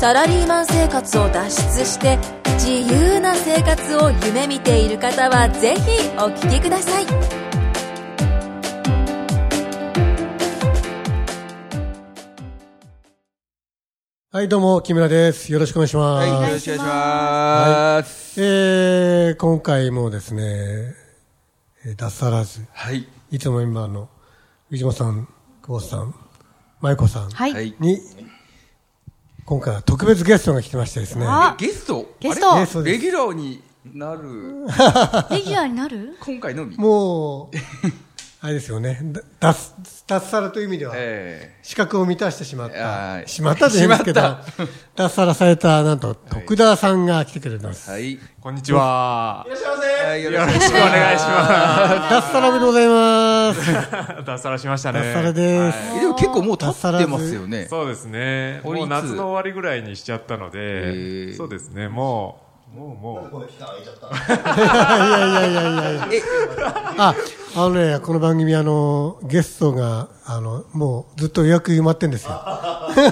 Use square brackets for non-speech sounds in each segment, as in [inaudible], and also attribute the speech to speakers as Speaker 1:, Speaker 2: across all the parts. Speaker 1: サラリーマン生活を脱出して自由な生活を夢見ている方はぜひお聞きください
Speaker 2: はい、どうも、木村です。よろしくお願いします。
Speaker 3: はい、よろしくお願いします。
Speaker 2: えー、今回もですね、えー脱サラず、
Speaker 3: はい。
Speaker 2: いつも今の、藤本さん、久保田さん、舞子さん
Speaker 4: はい。
Speaker 3: はい。
Speaker 2: に、今回は特別ゲストが来てましてですね、
Speaker 4: あ
Speaker 3: ゲスト
Speaker 4: ゲスト
Speaker 3: あれ
Speaker 2: ゲストです
Speaker 3: レギュラーになる、
Speaker 4: レギュラーになる
Speaker 3: 今回のみ。
Speaker 2: もう、あれですよね、 [laughs] だ脱脱サラという意味では、
Speaker 3: え
Speaker 2: 資格を満たしてしまっ
Speaker 3: は
Speaker 2: た、
Speaker 3: い
Speaker 2: しまったじゃないですけど
Speaker 3: しまっ、
Speaker 2: 脱サラされた、なんと、徳田さんが来てくれてます。
Speaker 3: ーはい。
Speaker 5: こんにち
Speaker 3: は
Speaker 5: は。
Speaker 3: いよ
Speaker 5: よろ
Speaker 3: ろ
Speaker 5: し
Speaker 3: し
Speaker 5: く
Speaker 3: く
Speaker 5: お
Speaker 3: お
Speaker 5: 願
Speaker 3: 願
Speaker 5: い
Speaker 3: い
Speaker 5: し
Speaker 3: し
Speaker 5: ま
Speaker 2: 脱サラおめでとうございます。
Speaker 5: す。脱サラしましたね。
Speaker 2: 脱サラです。
Speaker 3: ます。でも結構もう経ってますよね。
Speaker 5: そうですね。
Speaker 3: これいつ
Speaker 5: もう夏の終わりぐらいにしちゃったの
Speaker 3: へ
Speaker 5: で、
Speaker 3: ー
Speaker 5: そうですね。もう、もうもう。
Speaker 2: いやいやいやいやいや。あ、あのね、この番組、あの、ゲストが、あの、もうずっと予約埋まってんですよ。
Speaker 4: なる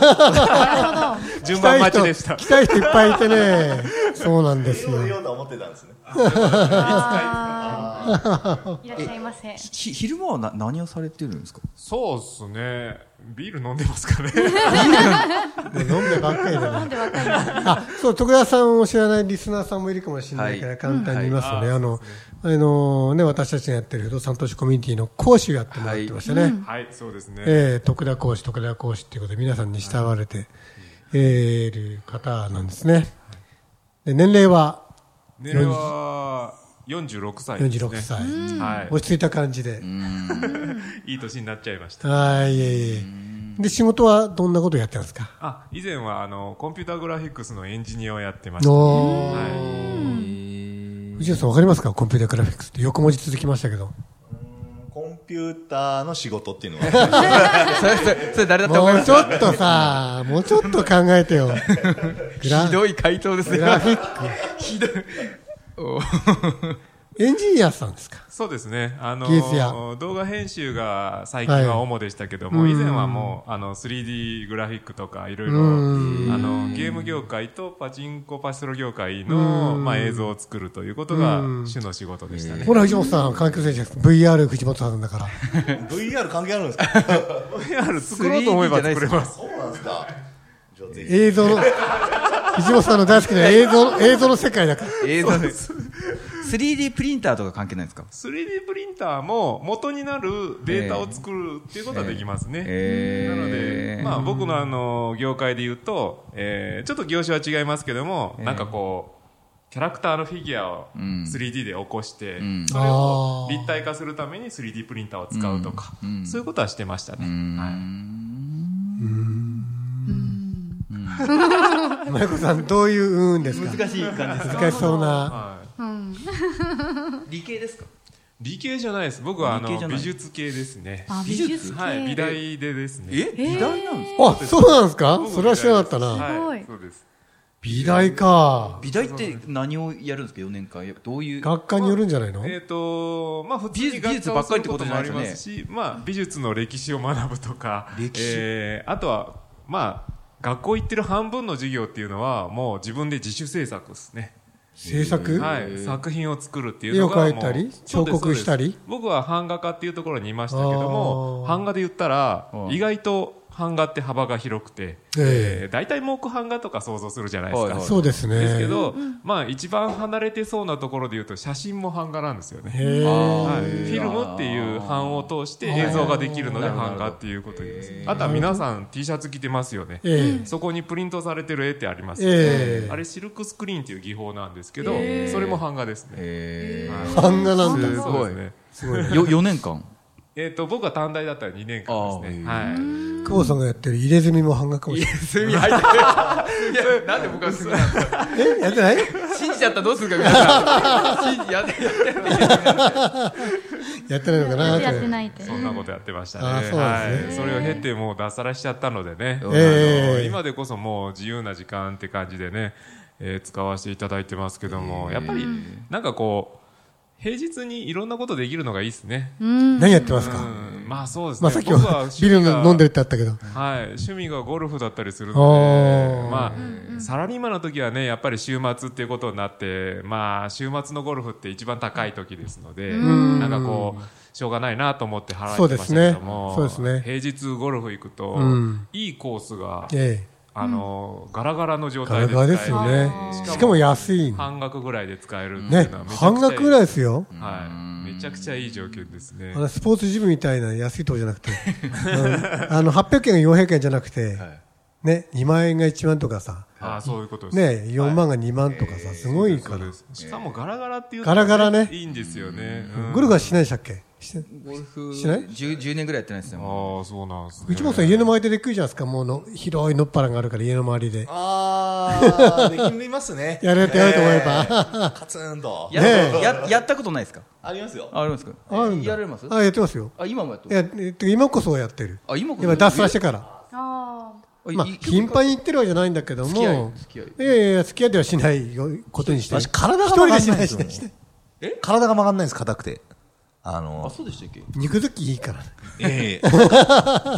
Speaker 4: ほ
Speaker 5: 順番待ちでした。
Speaker 2: 来たい人来たい人いっぱいいてね、そうなんですよ。
Speaker 6: ようとは思ってたんですね。
Speaker 4: ど。あーいらっしゃいませ。
Speaker 3: ひ昼間はな何をされてるんですか
Speaker 5: そうですね。ビール飲んでますかね。
Speaker 2: もう飲んでばっかりだ
Speaker 4: なん
Speaker 2: ね。
Speaker 4: でわかります
Speaker 2: あ、そう、徳田さんを知らないリスナーさんもいるかもしれないから、
Speaker 3: はい
Speaker 2: 簡単に言いますとね、
Speaker 5: うん
Speaker 2: あの、あのね、私たちがやってる不動産投資コミュニティの講師をやってもらってましたね。
Speaker 5: はい、そうですね。
Speaker 2: えー、徳田講師、徳田講師っていうことで皆さんに慕われて、えーいる方なんですね。で年齢は
Speaker 5: 年齢は46歳ですね。
Speaker 2: 46歳。
Speaker 5: は
Speaker 2: 落ち着いた感じで。
Speaker 5: い。いい年になっちゃいました。
Speaker 2: はい、いえいえ。で、仕事はどんなことやってますか
Speaker 5: あ、以前は、あの、コンピューターグラフィックスのエンジニアをやってました。
Speaker 2: おー。
Speaker 5: はい。
Speaker 2: 藤野さんわかりますかコンピューターグラフィックスって横文字続きましたけど。
Speaker 6: コンピューターの仕事っていうのは、 [laughs]
Speaker 3: それ、それ、それ誰だと
Speaker 2: も
Speaker 3: 思いま
Speaker 2: う
Speaker 3: す
Speaker 2: ちょっとさ、もうちょっと考え
Speaker 3: [laughs]
Speaker 2: てよ。グラ
Speaker 3: ひどい回答ですね
Speaker 2: グ。ラフィッ
Speaker 3: [laughs] ひどい。お
Speaker 2: [laughs] ク。エンジニアさんですか
Speaker 5: そうですね。あの
Speaker 2: 技術や
Speaker 5: 動画編集が最近は主でしたけども、
Speaker 2: はい
Speaker 5: 以前はもうあの 3D グラフィックとかいろいろあ
Speaker 2: うん
Speaker 5: のゲーム業界とパチンコパチスロ業界の
Speaker 2: うん
Speaker 5: まあ映像を作るということが
Speaker 2: うん
Speaker 5: 主の仕事でしたね。
Speaker 2: ほら、藤本さん、環境選手です。VR 藤本さんだから。
Speaker 6: VR 関係あるんですか
Speaker 5: VR 作ろうと思えば作れます。
Speaker 6: そうなんですか。じゃあぜひ
Speaker 2: 映像
Speaker 3: [laughs]
Speaker 2: の、藤本さんの大好きな映像の、映像の世界だから。
Speaker 3: 映像です。3D プリンターとか関係ないですか
Speaker 5: 3D プリンターも元になるデータを作るっていうことはできますね。
Speaker 3: え
Speaker 5: なの
Speaker 3: え
Speaker 5: で、まあ僕のあの、業界で言うと、えーちょっと業種は違いますけども、なんかこう、キャラクターのフィギュアを
Speaker 3: ん
Speaker 5: 3D で起こして、
Speaker 3: ん
Speaker 5: それを
Speaker 2: あー
Speaker 5: 立体化するために 3D プリンターを使うとか、そういうことはしてましたね。はい
Speaker 2: まゆこさん、どういううんですか
Speaker 3: 難しい感じです。
Speaker 2: 難しそうな。
Speaker 5: はい
Speaker 3: 理系ですか
Speaker 5: 理系じゃないです。僕はあの
Speaker 3: 理系じゃない
Speaker 5: 美術系ですね。
Speaker 4: あ美術系
Speaker 5: はい、美大でですね。
Speaker 3: え美大なんですか
Speaker 2: あ、そうなんですか
Speaker 5: 僕も
Speaker 2: それは知らなかった
Speaker 5: 美
Speaker 2: な。
Speaker 5: 大ですはい、
Speaker 4: すご
Speaker 5: そうです。
Speaker 2: 美大か。
Speaker 3: 美大って何をやるんですか ?4 年間。どういう。
Speaker 2: 学科によるんじゃないの
Speaker 5: えっ、と、まあ、普通に
Speaker 3: 美術美術ばっかりってことじゃないですよね
Speaker 5: 学科をすることもありますし、まあ、美術の歴史を学ぶとか、
Speaker 3: 歴史
Speaker 5: えーあとは、まあ、学校行ってる半分の授業っていうのは、もう自分で自主制作ですね。
Speaker 2: 制作
Speaker 5: はい。作品を作るっていうのがも
Speaker 2: 絵
Speaker 5: う。
Speaker 2: を描いたり
Speaker 5: そうです
Speaker 2: 彫刻したり
Speaker 5: そうです僕は版画家っていうところにいましたけども、
Speaker 2: あー
Speaker 5: 版画で言ったら
Speaker 3: う、ん
Speaker 5: 意外と版画って幅が広くて、
Speaker 2: え
Speaker 5: えー大体木版画とか想像するじゃないです
Speaker 3: はい
Speaker 5: か
Speaker 3: はい。
Speaker 2: そうですね。
Speaker 5: ですけど、まあ一番離れてそうなところで言うと写真も版画なんですよね。
Speaker 2: へー
Speaker 5: はい、
Speaker 3: あ
Speaker 5: フ
Speaker 3: ー
Speaker 5: ィルムっていう版を通して映像ができるので版画っていうことを言いますあとは皆さん T シャツ着てますよね
Speaker 2: ええ
Speaker 5: そこにプリントされてる絵ってあります
Speaker 2: ええ
Speaker 5: あれシルクスクリーンっていう技法なんですけどそれも版画ですね
Speaker 3: え
Speaker 2: 版画なんだ。
Speaker 3: す
Speaker 5: そう
Speaker 3: ご
Speaker 5: で
Speaker 3: い
Speaker 5: す。ね
Speaker 3: よ4年間
Speaker 5: えっと僕は短大だったら2年間ですね
Speaker 3: あ
Speaker 5: は
Speaker 2: 久保さんがやってる入れ墨も版画かもしれない。
Speaker 3: 炭入ってる。いや、なんで僕は炭なんですか
Speaker 2: えやってない
Speaker 3: 信じちゃったらどうするか皆さんやってやって
Speaker 2: やってないのかな
Speaker 4: やってないって。
Speaker 5: そんなことやってましたね。
Speaker 2: あーそうなんです
Speaker 5: はい。それを経てもう脱サラしちゃったのでね。あ
Speaker 2: ええ
Speaker 5: の今でこそもう自由な時間って感じでね、えー使わせていただいてますけども、やっぱりなんかこう、平日にいろんなことできるのがいいですね。
Speaker 2: 何やってます
Speaker 5: う
Speaker 2: か
Speaker 5: ん。まあそうですね。
Speaker 2: まあさっき
Speaker 5: 僕は
Speaker 2: は
Speaker 5: 趣
Speaker 2: [laughs] ビ
Speaker 5: 味
Speaker 2: ー
Speaker 5: が
Speaker 2: ル飲んでるってあったけど。
Speaker 5: はい、趣味がゴルフだったりするの
Speaker 2: おー
Speaker 5: で、まあ、サラリーマンの時はね、やっぱり週末っていうことになって、まあ、週末のゴルフって一番高い時ですので、なんかこう、しょうがないなと思って払ってましたけども、
Speaker 2: そうですねそうです
Speaker 5: 平日ゴルフ行くと、
Speaker 2: うん
Speaker 5: いいコースが、
Speaker 2: ええ。
Speaker 5: あの、ガラガラの状
Speaker 2: ガ
Speaker 5: 態
Speaker 2: ラ
Speaker 5: で
Speaker 2: ガラ
Speaker 5: 使える
Speaker 2: ですよね。しかも安いん
Speaker 5: 半額ぐらいで使えるってい
Speaker 2: ね
Speaker 5: うのは、めちゃくちゃいい
Speaker 2: 半額ぐらいですよ。
Speaker 5: はい。めちゃくちゃいい条件ですね
Speaker 2: あ。のスポーツジムみたいな安いとこじゃなく
Speaker 5: [laughs]
Speaker 2: て、うんあの800円が400円じゃなくて、ね、2万円が1万とかさ、
Speaker 5: ああ、そういうことです。
Speaker 2: ね、4万が2万とかさ、すごいか
Speaker 5: そう
Speaker 2: ら
Speaker 5: で。すしかもガラガラっていう
Speaker 2: ガラガラね
Speaker 5: いいんですよね。
Speaker 2: ゴルフはしないでしたっけして
Speaker 3: ゴルフ
Speaker 2: しない
Speaker 3: 10, 10年ぐらいやってないですねも
Speaker 5: ああ、そうなんですね。
Speaker 2: 藤本さん家の周りででっくりじゃないですか、もうの広いのっぱらがあるから家の周りで。。
Speaker 6: あー、できますね
Speaker 2: やれてやると思えば
Speaker 6: えー。カツンと
Speaker 3: う。や,、
Speaker 2: ね
Speaker 3: ややったことないですか
Speaker 6: ありますよ。
Speaker 3: あありますか
Speaker 2: あるんだ。
Speaker 3: やられます
Speaker 2: [laughs] あ、やってますよ。
Speaker 3: あ今もやっと
Speaker 2: いや、えっと今こそやってる。
Speaker 3: あ今こそ
Speaker 2: 今脱サラしてから。
Speaker 4: あ
Speaker 2: まあ、頻繁に行ってるわけじゃないんだけど
Speaker 3: 付き合
Speaker 2: も
Speaker 3: い、付き合い
Speaker 2: いやいやいや、付き合いではしないよことにして。
Speaker 6: 私体が
Speaker 2: 一人
Speaker 6: 曲が
Speaker 2: で
Speaker 6: ん
Speaker 2: し
Speaker 6: ない
Speaker 2: なんい
Speaker 6: で
Speaker 2: し
Speaker 6: す
Speaker 2: な
Speaker 6: よ
Speaker 2: いしない。
Speaker 6: 体が曲がんないんです、硬くて。あ
Speaker 3: あ
Speaker 6: の、
Speaker 3: そうでしたっけ
Speaker 2: 肉好きいいから。
Speaker 6: ええ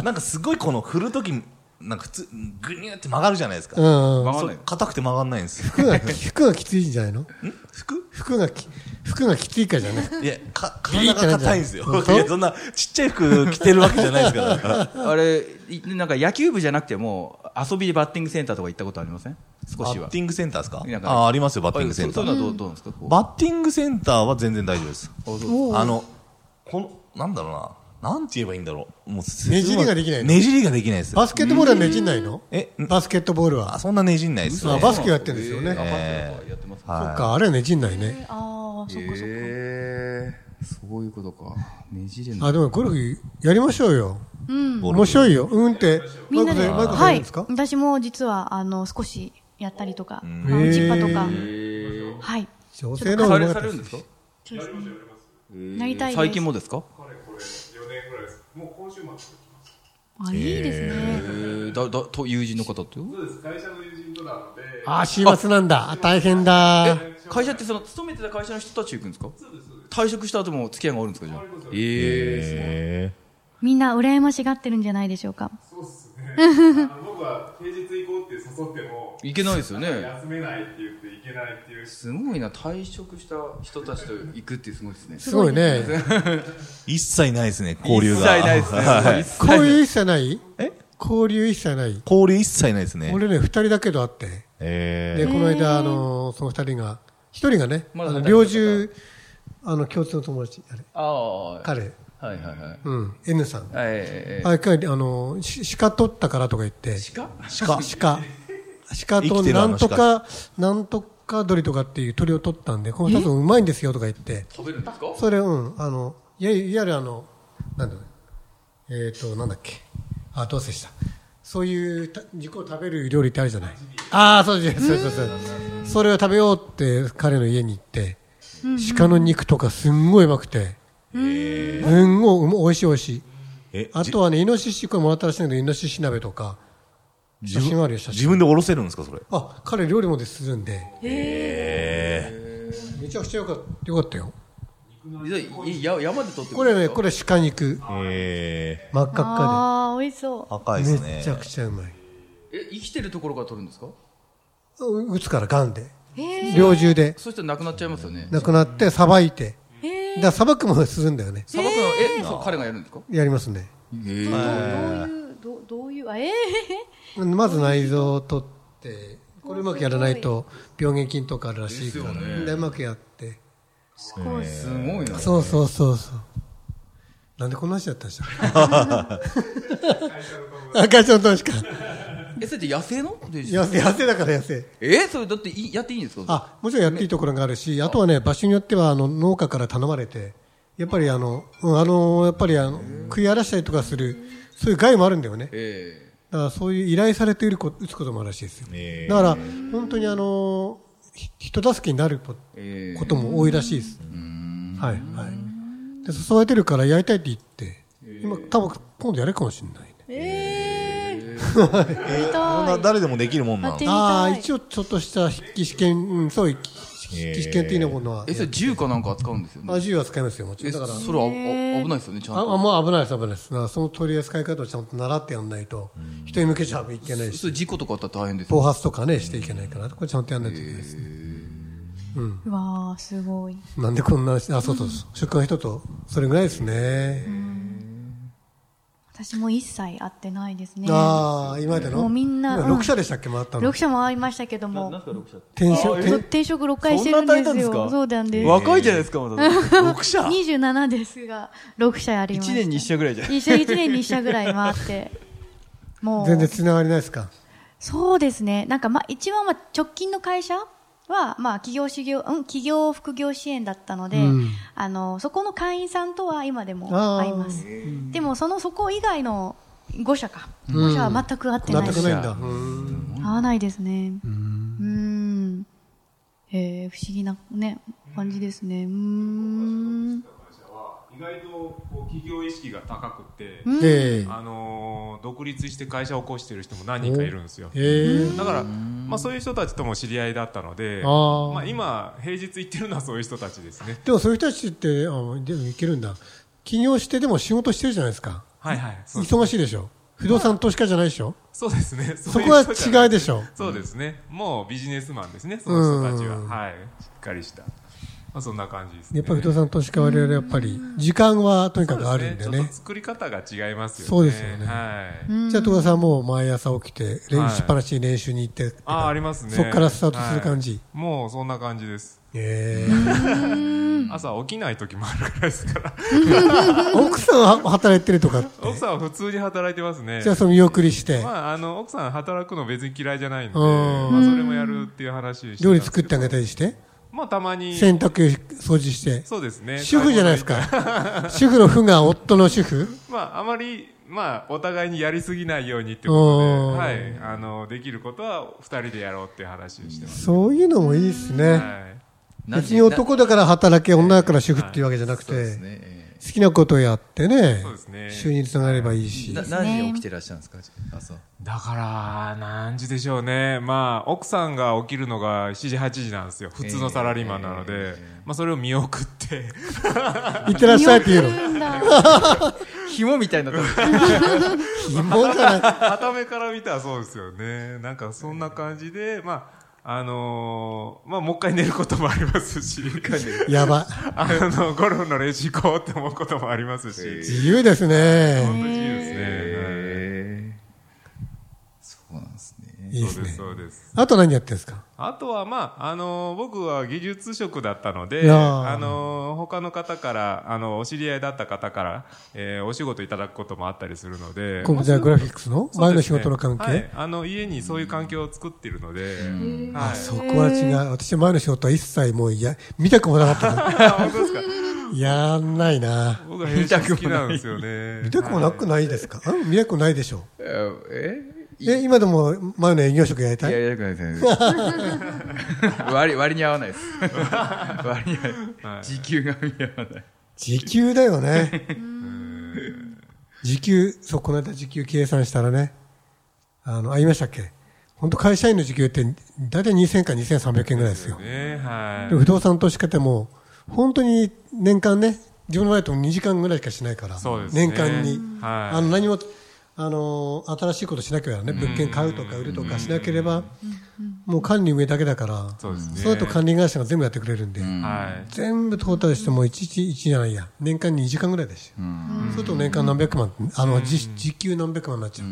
Speaker 6: なんかすごいこの振るとき、なんか普通、ぐにゅーって曲がるじゃないですか。
Speaker 2: うん。
Speaker 3: 曲がん
Speaker 6: そ
Speaker 3: な
Speaker 6: れ
Speaker 3: い
Speaker 6: 硬くて曲がんないんですよ。
Speaker 2: 服が、服がきついんじゃないの
Speaker 6: 服
Speaker 2: 服がき、服がきついからじゃない。
Speaker 6: いや、か、
Speaker 2: ビリ
Speaker 6: 体
Speaker 2: ってな
Speaker 6: が
Speaker 2: んじゃな
Speaker 6: 硬
Speaker 2: い
Speaker 6: いんですよ。
Speaker 2: 本
Speaker 6: い
Speaker 2: 当
Speaker 6: や、そんな、ちっちゃい服着てるわけじゃないですから。
Speaker 3: あれいなんか野球部じゃなくても遊びでバッティングセンターとか行ったことありません少
Speaker 6: バ
Speaker 3: し
Speaker 6: ッ
Speaker 3: は
Speaker 6: ティングセンターですか
Speaker 3: なんか
Speaker 6: あ、ありますよ、バッティングセンタ
Speaker 3: あ
Speaker 6: ー。
Speaker 3: そうそういうのはどうどうなんですかこう
Speaker 6: バッティングセンターは全然大丈夫です。あの、この、なんだろうな。なんて言えばいいんだろう。もう説明
Speaker 2: ねじりができないの
Speaker 6: ねじりができないです。
Speaker 2: バスケットボールはねじんないの
Speaker 6: えん
Speaker 2: バスケットボール
Speaker 6: あ、
Speaker 2: は。
Speaker 6: そんなねじんないですね。
Speaker 2: あバスケやってるんですよね
Speaker 3: えーあバスケとかやってます
Speaker 2: そっか、あれはねじんないね。
Speaker 4: あ。ああ、そっかそっか。
Speaker 3: えー、そういうことかねじれない
Speaker 2: あ、でもゴルフやりましょうよ。面白いよ。うんって。
Speaker 4: みんなで、
Speaker 2: マイコさん
Speaker 4: は
Speaker 2: やるん
Speaker 4: い
Speaker 2: ですか。
Speaker 4: 私も実は、あの、少しやったりとか、あ
Speaker 2: へー
Speaker 4: のチッパとか。はい。
Speaker 2: 女性の方
Speaker 3: さ
Speaker 2: がう
Speaker 3: れ
Speaker 2: ま
Speaker 3: さ
Speaker 2: か
Speaker 3: れ
Speaker 2: っ
Speaker 3: るん
Speaker 2: た
Speaker 3: ですか
Speaker 4: なりたいです。
Speaker 3: 最近もですか
Speaker 5: 4年ぐらいです。もう今週末。
Speaker 4: あ、いいですね。
Speaker 3: えー、だだと友人の方と
Speaker 5: そうです。会社の友人となので、
Speaker 2: あ、週末なんだ。あ大変だ。
Speaker 3: 会社ってその勤めてた会社の人たち行くんですか退職した後も付き合いがあるんですかじゃあええ
Speaker 6: え
Speaker 4: みんな羨ましがってるんじゃないでしょうか。
Speaker 5: そうですね。あの僕は平日行こうって誘っても、
Speaker 3: いけないですよね
Speaker 5: 休めないって言って行けないっていう。
Speaker 3: すごいな退職した人たちと行くってすごいですね
Speaker 2: すごいね。
Speaker 6: ー一切ないですね、交流が。
Speaker 3: 一切ないですね、一切ない
Speaker 2: 交流一切ない
Speaker 6: え
Speaker 2: 交流一切ない。
Speaker 6: [laughs] 交流一切ないですね。
Speaker 2: 俺ね、二人だけどあって。
Speaker 6: え
Speaker 2: で、この間、あの、その二人が、一人がね、あ
Speaker 3: まだ
Speaker 2: の
Speaker 3: 仲良
Speaker 2: 猟
Speaker 3: い
Speaker 2: 銃、あの、共通の友達、あれ、
Speaker 3: ああはい
Speaker 2: 彼、
Speaker 3: はいはいはい
Speaker 2: うん、N さん。
Speaker 3: ええええ
Speaker 2: あ、一回、あの、し鹿取ったからとか言って、
Speaker 3: 鹿
Speaker 2: 鹿。鹿。鹿
Speaker 6: 生
Speaker 2: と、
Speaker 6: きてる
Speaker 2: な
Speaker 6: あ
Speaker 2: ん
Speaker 6: の
Speaker 2: と
Speaker 6: 鹿
Speaker 2: か、なんとか鳥とかっていう鳥を取ったんで、この二つうまいんですよとか言って、
Speaker 3: 食べるんですか
Speaker 2: それ、うん、あの、いわゆるいわゆるあの、なんだろうえっ、と、なんだっけ。あ、どうせした。そういうた肉を食べる料理ってあるじゃない。ああ、そうです、そうです、そうです。それを食べようって彼の家に行って、鹿の肉とかすんごいうまくて、すんごいうま美味しい美味しい。
Speaker 6: え
Speaker 2: あとはね、イノシシ、これもらったらしいんだけど、イノシシ鍋とか、写真あるよ、写
Speaker 6: 自
Speaker 2: 真。
Speaker 6: 分でおろせるんですか、それ。
Speaker 2: あ、彼料理もでするんで、
Speaker 6: え
Speaker 2: めちゃくちゃよかったよかったよ。
Speaker 3: いや山で取ってく
Speaker 2: こ
Speaker 3: る
Speaker 2: れ
Speaker 3: んで
Speaker 2: ね、
Speaker 3: すか
Speaker 2: これ鹿肉、
Speaker 6: ー、え
Speaker 2: 真っ赤っか
Speaker 4: ああ、美味しそ
Speaker 6: ー、赤いで
Speaker 2: で。
Speaker 6: す
Speaker 2: め
Speaker 6: ね
Speaker 2: ち。ゃくちゃうまい。
Speaker 3: え生きてるところから取るんですか
Speaker 2: う撃つから、ガンで。
Speaker 4: う。へえ。
Speaker 2: 猟銃で
Speaker 3: そしたらなくなっちゃいますよね
Speaker 2: 亡くなって、さばいて。
Speaker 4: へえ。
Speaker 2: だからさばくもするんだよね。
Speaker 3: 砂漠のえそう彼がやるんですか
Speaker 2: やりますね。
Speaker 4: どういう、どうどういう、あ、ええ。
Speaker 2: まず内臓を取って、これうまくやらないと病原菌とかあるらしいから。で、うまくやって。
Speaker 4: すごい。
Speaker 3: すごいな
Speaker 2: そうそうそうそう。なんでこんな話だったんでしょうあ会社の友達か。
Speaker 3: えそれって野生のデジ
Speaker 2: 痩せ、痩せだから痩せ。
Speaker 3: えそれだっていやっていいんですか
Speaker 2: あ、もちろんやっていいところがあるし、あとはね、場所によっては、あの、農家から頼まれて、やっぱりあの、うん、あの、やっぱりあの、食い荒らしたりとかする、そういう害もあるんだよね。
Speaker 3: え
Speaker 2: だからそういう依頼されているこ打つこともあるらしいですよ。
Speaker 6: え
Speaker 2: だから、本当にあの、ひ人助けになるこ
Speaker 3: ええ
Speaker 2: ことも多いらしいです。はいはい。で誘われてるからやりたいって言って、今多分今度やるかもしれないね。
Speaker 4: ええ
Speaker 6: えーこんな誰でもできるもんな
Speaker 4: や
Speaker 6: の
Speaker 4: ってみ
Speaker 2: ああ
Speaker 4: た
Speaker 2: ー
Speaker 4: い。
Speaker 2: 一応ちょっとした筆記試験、うん、そう筆記試験っていうものは
Speaker 3: え、それ銃かなんか扱うんですよね。
Speaker 2: まあ銃は使いますよもちろ
Speaker 3: え、
Speaker 2: んだ
Speaker 3: そ
Speaker 2: から。
Speaker 3: れはああ危ないですよね、ちゃん
Speaker 2: ああ
Speaker 3: と。
Speaker 2: もう危ないです危ないですだからその取り扱い方をちゃんと習ってやんないと人に向けちゃいけない
Speaker 3: そ
Speaker 2: し
Speaker 3: れ事故とかあったら大変ですよ
Speaker 2: 暴発とかねしていけないからこれちゃんとやんないといけないですね
Speaker 4: うわあ、すごい。
Speaker 2: なんでこんなあそうそうそう職場の人とそれぐらいですね
Speaker 4: 私も一切会ってないですね。
Speaker 2: ああ今までの
Speaker 4: もうみんな
Speaker 2: 今
Speaker 4: うん
Speaker 2: 6社でしたっけ回ったの
Speaker 4: 六社も会いましたけども、
Speaker 2: 転職
Speaker 4: そう
Speaker 2: 転
Speaker 4: 転職六回してるんですよ。そうなんです。
Speaker 3: 若いじゃないですか、まだ。6社
Speaker 4: 二十七ですが、六社ありました。
Speaker 3: 一年に一社ぐらいじゃん
Speaker 4: 一社一年に一社ぐらい回って。もう
Speaker 2: 全然つながりないですか
Speaker 4: そうですね。なんかまあ一番まあ直近の会社はまあ企業修業うん企業副業支援だったので、
Speaker 2: うん
Speaker 4: あのそこの会員さんとは今でも
Speaker 2: あー
Speaker 4: 会います。でもそのそこ以外の5社か5社は全く会って
Speaker 2: 全
Speaker 4: ない
Speaker 2: く
Speaker 4: です。
Speaker 2: ない
Speaker 4: 会
Speaker 2: んだうん
Speaker 4: わないですね。うん。へえ不思議なね感じですね。うーん。
Speaker 5: 意外とこう企業意識が高くて、
Speaker 2: え
Speaker 5: あのー独立して会社を起こしてる人も何人かいるんですよ
Speaker 2: ええ
Speaker 5: だから、まあ、そういう人たちとも知り合いだったので
Speaker 2: あー
Speaker 5: まあ、今平日行ってるのはそういう人たちですね
Speaker 2: えでもそういう人たちってあでもいけるんだ起業してでも仕事してるじゃないですか
Speaker 5: はいはいそうです
Speaker 2: 忙しいでしょ不動産投資家じゃないでしょ
Speaker 5: そうですね
Speaker 2: [laughs] そこは
Speaker 5: ういう人じゃない
Speaker 2: 違いでしょ
Speaker 5: そうですねもうビジネスマンですねその人たちは
Speaker 2: うん
Speaker 5: はいしっかりした、まあ、そんな感じですね
Speaker 2: やっぱり不動産投資家は我々やっぱり時間はとにかくあるんで
Speaker 5: そうすちょっ
Speaker 2: ね
Speaker 5: と。作り方が違いますよね
Speaker 2: そうですよね
Speaker 5: はい、
Speaker 2: じゃあ、戸田さんはもう毎朝起きて、練
Speaker 5: はい
Speaker 2: 習しっぱなしに練習に行ってってか、
Speaker 5: あーありますね
Speaker 2: そこからスタートする感
Speaker 5: はい
Speaker 2: じ。
Speaker 5: もうそんな感じです
Speaker 2: え
Speaker 5: 朝起きない時もあるからいですから
Speaker 2: え奥さんは働いてるとかって。
Speaker 5: 奥さんは普通に働いてますね
Speaker 2: じゃあ、その見送りして、
Speaker 5: まあ、あの奥さん働くの別に嫌いじゃないん
Speaker 2: う
Speaker 5: で、
Speaker 2: ん
Speaker 5: まあ、それもやるっていう話してたんですけど
Speaker 2: 料理作ってあげたりして、
Speaker 5: まあたまに
Speaker 2: 洗濯掃除して、
Speaker 5: そうですね
Speaker 2: 主婦じゃないです [laughs] か。主婦の負が夫の主婦
Speaker 5: まああまりまあお互いにやりすぎないようにってこと
Speaker 2: うん
Speaker 5: で、はい、あのできることは二人でやろうっていう話をしてます、
Speaker 2: そういうのもいいですね。
Speaker 5: はい、
Speaker 2: 別に男だから働け、女だから主婦っていうわけじゃなく
Speaker 3: そうです
Speaker 2: て、
Speaker 3: ね。え
Speaker 2: 好きなことをやってね
Speaker 5: そうです、ね
Speaker 2: 収入につながればいい
Speaker 3: え
Speaker 2: し
Speaker 3: な。何時に起きてらっしゃるんですか朝。
Speaker 5: だから何時でしょうねまあ奥さんが起きるのが7時8時なんですよ普通のサラリーマンなので、まあ、それを見送って [laughs]
Speaker 2: 行ってらっしゃいって言うの。
Speaker 4: んだ。
Speaker 3: 紐みたいになってる
Speaker 2: 疑問じゃない。
Speaker 5: はためから見たらそうですよね。なんかそんな感じで、まあ、あのーまあ、もう一回寝ることもありますし、
Speaker 2: やば。
Speaker 5: [laughs] あの、ゴルフの練習行こうって思うこともありますし、
Speaker 2: 自由ですね。
Speaker 5: 本当に自由ですね。はい
Speaker 3: へえそうなんですね。
Speaker 2: いいで
Speaker 5: そ
Speaker 2: す
Speaker 5: うです、
Speaker 2: ね。
Speaker 5: そうです。
Speaker 2: あと何やってるんですか
Speaker 5: あとは、まあ、あのー僕は技術職だったの
Speaker 2: い
Speaker 5: で、
Speaker 2: やー
Speaker 5: あのー他の方から、あの、お知り合いだった方から、えーお仕事いただくこともあったりするので、
Speaker 2: コンピューターグラフィックスの
Speaker 5: そう
Speaker 2: 前の
Speaker 5: で
Speaker 2: 仕
Speaker 5: すね
Speaker 2: 事の関
Speaker 5: は
Speaker 2: 係
Speaker 5: いあの、家にそういう環境を作っているので、はい。
Speaker 2: そこは違う。私前の仕事は一切もういや、見たくもな [laughs] かったか
Speaker 5: あ本当ですか。
Speaker 2: ら。やんないな。
Speaker 5: 僕は編集好きなんですよね。
Speaker 2: 見たくもなくないですかうん見たくないでしょ
Speaker 3: えー
Speaker 2: う。え、今でも前の営業職やりた
Speaker 3: いや、
Speaker 2: い
Speaker 3: やりたくないです
Speaker 5: [laughs]
Speaker 3: ね。割割に合わないです。割に合わない。時給が見合わない。
Speaker 2: 時給だよね。時給、そう、この間時給計算したらね。あの、あ、言いましたっけ本当会社員の時給って、だいたい2000か2300円ぐらいですよ。
Speaker 5: ね、は
Speaker 2: で
Speaker 5: い。
Speaker 2: 不動産投資家ってもう、本当に年間ね、自分の場合だと2時間ぐらいしかしないから、
Speaker 5: そうですね
Speaker 2: 年間に、
Speaker 5: はい
Speaker 2: あの何も、あのー新しいことしなきゃね、物件買うとか売るとかしなければ、もう管理上だけだから、
Speaker 5: そうですね
Speaker 2: だと管理会社が全部やってくれるんで、
Speaker 5: はい。
Speaker 2: 全部トータルしても1日1じゃないや、年間2時間ぐらいですよ。そうすると年間何百万、あの、時時給何百万になっちゃう。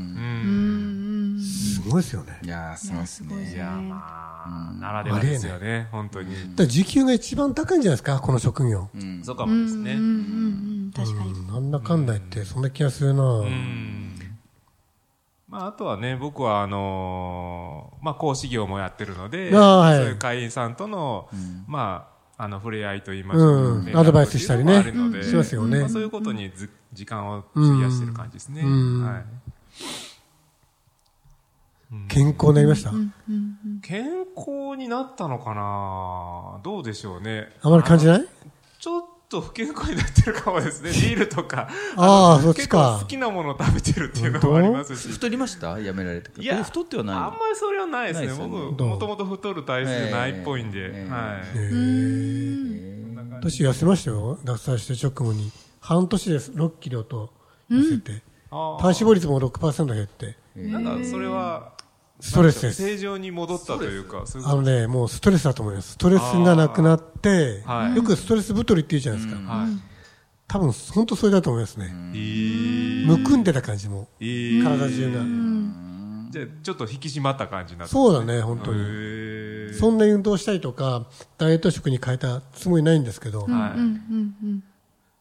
Speaker 2: すごいですよね。
Speaker 3: いやー、すごいですね。
Speaker 5: いや、まあ、ならではですよね、本当に。
Speaker 2: だから時給が一番高いんじゃないですか、この職業。
Speaker 5: そうかもですね。
Speaker 4: うん確かに。
Speaker 2: うんなんだかんだ言って、そんな気がするなぁ。
Speaker 5: うんまあ、あとはね、僕は、あのーまあ、講師業もやってるので、
Speaker 2: あーはい
Speaker 5: そういう会員さんとの、まあ、あの、触れ合いと言います
Speaker 2: うんアドバイスしたりねしますよね
Speaker 5: そういうことにず時間を費やしてる感じですね。
Speaker 2: ん
Speaker 5: はい。
Speaker 2: 健康になりました、
Speaker 5: 健康になったのかなどうでしょうね。
Speaker 2: あまり感じない
Speaker 5: ちょっと不健康になってるかもですね。ビールとか。
Speaker 2: あーそっち
Speaker 5: 結
Speaker 2: か
Speaker 5: 構好きなものを食べてるっていうのもありますし。
Speaker 3: 太りましたやめられてから
Speaker 5: いや
Speaker 3: え太ってはない
Speaker 5: あんまりそれはないですね。
Speaker 3: ないですよね
Speaker 5: 僕、もともと太る体質ないっぽいんで。
Speaker 3: ええ
Speaker 5: はい。
Speaker 2: えー私痩せましたよ脱サして直後に半年です6キロと痩せて、
Speaker 5: あ
Speaker 2: 体脂肪率も6%減って
Speaker 5: ーなんかそれは、
Speaker 2: ストレスです
Speaker 5: 正常に戻ったというか、そういうこ
Speaker 2: あのねもうストレスだと思いますストレスがなくなって、
Speaker 5: はい
Speaker 2: よくストレス太りって言うじゃないですか、
Speaker 5: と。はい。
Speaker 2: 多分本当それだと思いますね、
Speaker 5: えー
Speaker 2: むくんでた感じも
Speaker 5: えー
Speaker 2: 体中が、
Speaker 5: じゃあ、ちょっと引き締まった感じになって。
Speaker 2: そうだね本当に、
Speaker 5: へー
Speaker 2: そんなに運動したりとかダイエット食に変えたつもりないんですけど、
Speaker 5: はい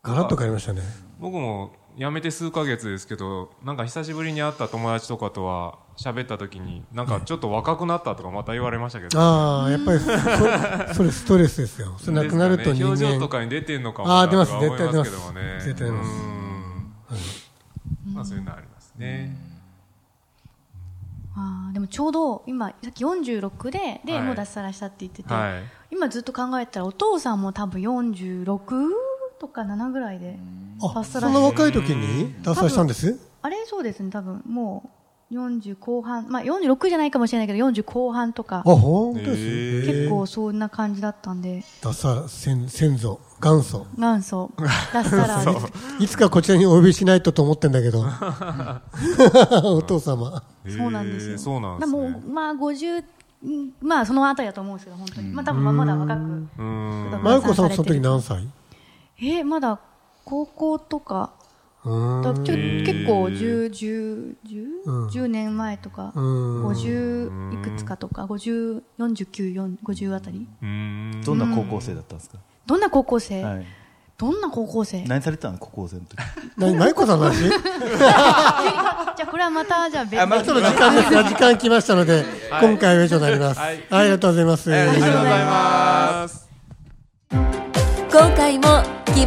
Speaker 2: ガラッと変わりましたね
Speaker 5: 僕も辞めて数ヶ月ですけどなんか久しぶりに会った友達とかとは喋った時になんかちょっと若くなったとかまた言われましたけど、
Speaker 2: ああやっぱりそそれストレスですよそれなくなると
Speaker 5: です
Speaker 2: 人
Speaker 5: かね
Speaker 2: 間、
Speaker 5: 表情とかに出てんのかも
Speaker 2: あ
Speaker 5: な
Speaker 2: ー出ます
Speaker 5: とか思い
Speaker 2: 絶対出
Speaker 5: ま
Speaker 2: ますす
Speaker 5: けどもね
Speaker 2: 絶対出ます
Speaker 5: うんまあそういうのはありますね、
Speaker 4: あーでもちょうど今さっき46でで、
Speaker 5: はい
Speaker 4: もう脱サラしたって言ってて、
Speaker 5: はい
Speaker 4: 今ずっと考えてたらお父さんも多分46とか7ぐらいで
Speaker 2: あ
Speaker 4: 脱
Speaker 2: そ
Speaker 4: サ
Speaker 2: ん
Speaker 4: ラ
Speaker 2: な
Speaker 4: して
Speaker 2: 若い時に脱サラしたんです
Speaker 4: あれそうですね多分もう40後半、まあ、46じゃないかもしれないけど40後半とか
Speaker 2: あ本当です、
Speaker 4: 結構そんな感じだったんで
Speaker 2: 脱サラ先先祖元祖 [laughs]
Speaker 4: 元祖脱サラです
Speaker 2: いつかこちらにお呼びしないとと思ってんだけどお父様
Speaker 4: そうなんです
Speaker 5: へー
Speaker 4: よ。
Speaker 5: そうなんで
Speaker 4: だから
Speaker 5: す
Speaker 4: もう
Speaker 5: ね
Speaker 4: まあ50んまあそのあたりだと思うんですけど本当に、まあ多分まあまだ若く
Speaker 5: うーん
Speaker 2: マユコさんはその時何歳
Speaker 4: えーまだ高校とか
Speaker 2: うーん
Speaker 4: だからちょ
Speaker 5: ー
Speaker 4: 結構10 10 10
Speaker 2: うん
Speaker 4: 10年前とか
Speaker 2: うん
Speaker 4: 50いくつかとか50 49 50あたり
Speaker 5: うーん
Speaker 7: どんな高校生だったんですか、
Speaker 4: どんな高校生、
Speaker 7: はい、
Speaker 4: どんな高校生
Speaker 7: 何されてたの高校生の時
Speaker 2: 何マユコさんの話
Speaker 4: じゃあこれはまたじゃあ別
Speaker 3: あま
Speaker 4: あ
Speaker 3: た
Speaker 2: ちょっと時間ですが時間来ましたので、今回は以上になります、
Speaker 5: はい
Speaker 2: ありがとうございます、
Speaker 3: ありがとうございます
Speaker 5: ます
Speaker 1: 今回も木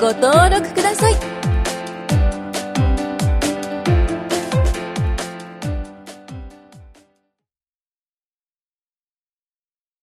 Speaker 1: ご登録ください